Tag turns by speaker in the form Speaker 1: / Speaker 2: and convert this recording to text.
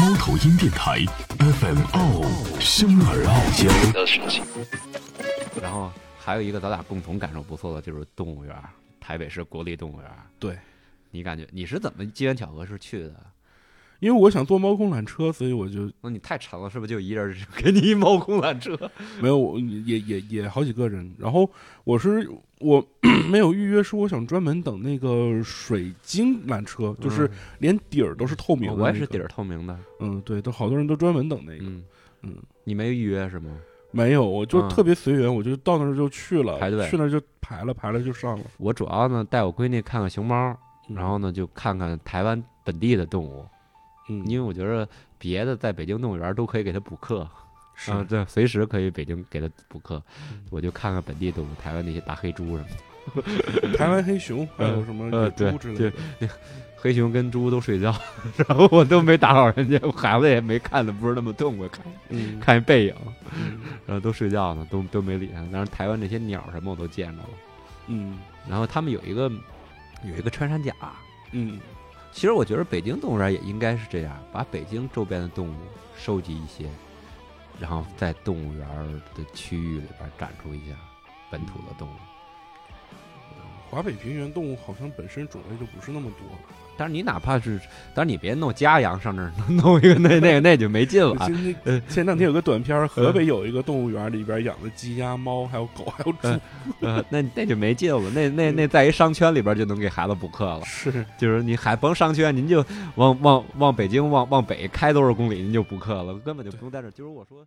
Speaker 1: 猫头鹰电台 FM 傲生而傲娇。
Speaker 2: 然后还有一个咱俩共同感受不错的就是动物园儿，台北市国立动物园儿。
Speaker 3: 对，
Speaker 2: 你感觉你是怎么机缘巧合是去的？
Speaker 3: 因为我想坐猫空缆车，所以我就
Speaker 2: 那你太沉了，是不是就一人儿给你一猫空缆车？
Speaker 3: 没有，我也也也好几个人。然后我是我 没有预约，是我想专门等那个水晶缆车， 就是连底儿都是透明的、
Speaker 2: 嗯哦我也是底儿。透明的。
Speaker 3: 嗯，对，都好多人都专门等那个。
Speaker 2: 嗯
Speaker 3: 嗯，
Speaker 2: 你没预约是吗？
Speaker 3: 没有，我就
Speaker 2: 嗯
Speaker 3: 特别随缘，我就到那儿就去了，
Speaker 2: 排队
Speaker 3: 去那儿就排了，排了就上了。
Speaker 2: 我主要呢带我闺女看看熊猫，
Speaker 3: 嗯
Speaker 2: 然后呢就看看台湾本地的动物，
Speaker 3: 嗯，
Speaker 2: 因为我觉得别的在北京动物园儿都可以给它补课。
Speaker 3: 是嗯
Speaker 2: 啊，对，随时可以北京给它补课，我就看看本地动物，台湾那些大黑猪什么的。
Speaker 3: 台湾黑熊还有什么
Speaker 2: 呃
Speaker 3: 野
Speaker 2: 对
Speaker 3: 猪之类
Speaker 2: 对
Speaker 3: 的，
Speaker 2: 黑熊跟猪都睡觉，然后我都没打扰人家，我孩子也没看的不是那么动，我看
Speaker 3: 嗯，
Speaker 2: 看一背影，
Speaker 3: 嗯
Speaker 2: 然后都睡觉呢，都都没理他。但是台湾这些鸟什么我都见着了，
Speaker 3: 嗯
Speaker 2: 然后他们有一个有一个穿山甲，
Speaker 3: 嗯，
Speaker 2: 其实我觉得北京动物园也应该是这样，把北京周边的动物收集一些，然后在动物园的区域里边展出一下本土的动物。
Speaker 3: 华北平原动物好像本身种类就不是那么多。
Speaker 2: 但是你哪怕是，但是你别弄家羊上那儿 弄一个那那个那就没劲了。
Speaker 3: 今天前两天有个短片儿，河北有一个动物园里边养的鸡、鸭、猫，还有狗，还有猪
Speaker 2: 嗯。呃，那那就没劲了，那那那在一商圈里边就能给孩子补课了，
Speaker 3: 是，
Speaker 2: 就是你还甭商圈，您就往往往北京往往北开多少公里，您就补课了，根本就不用在这儿。就是我说。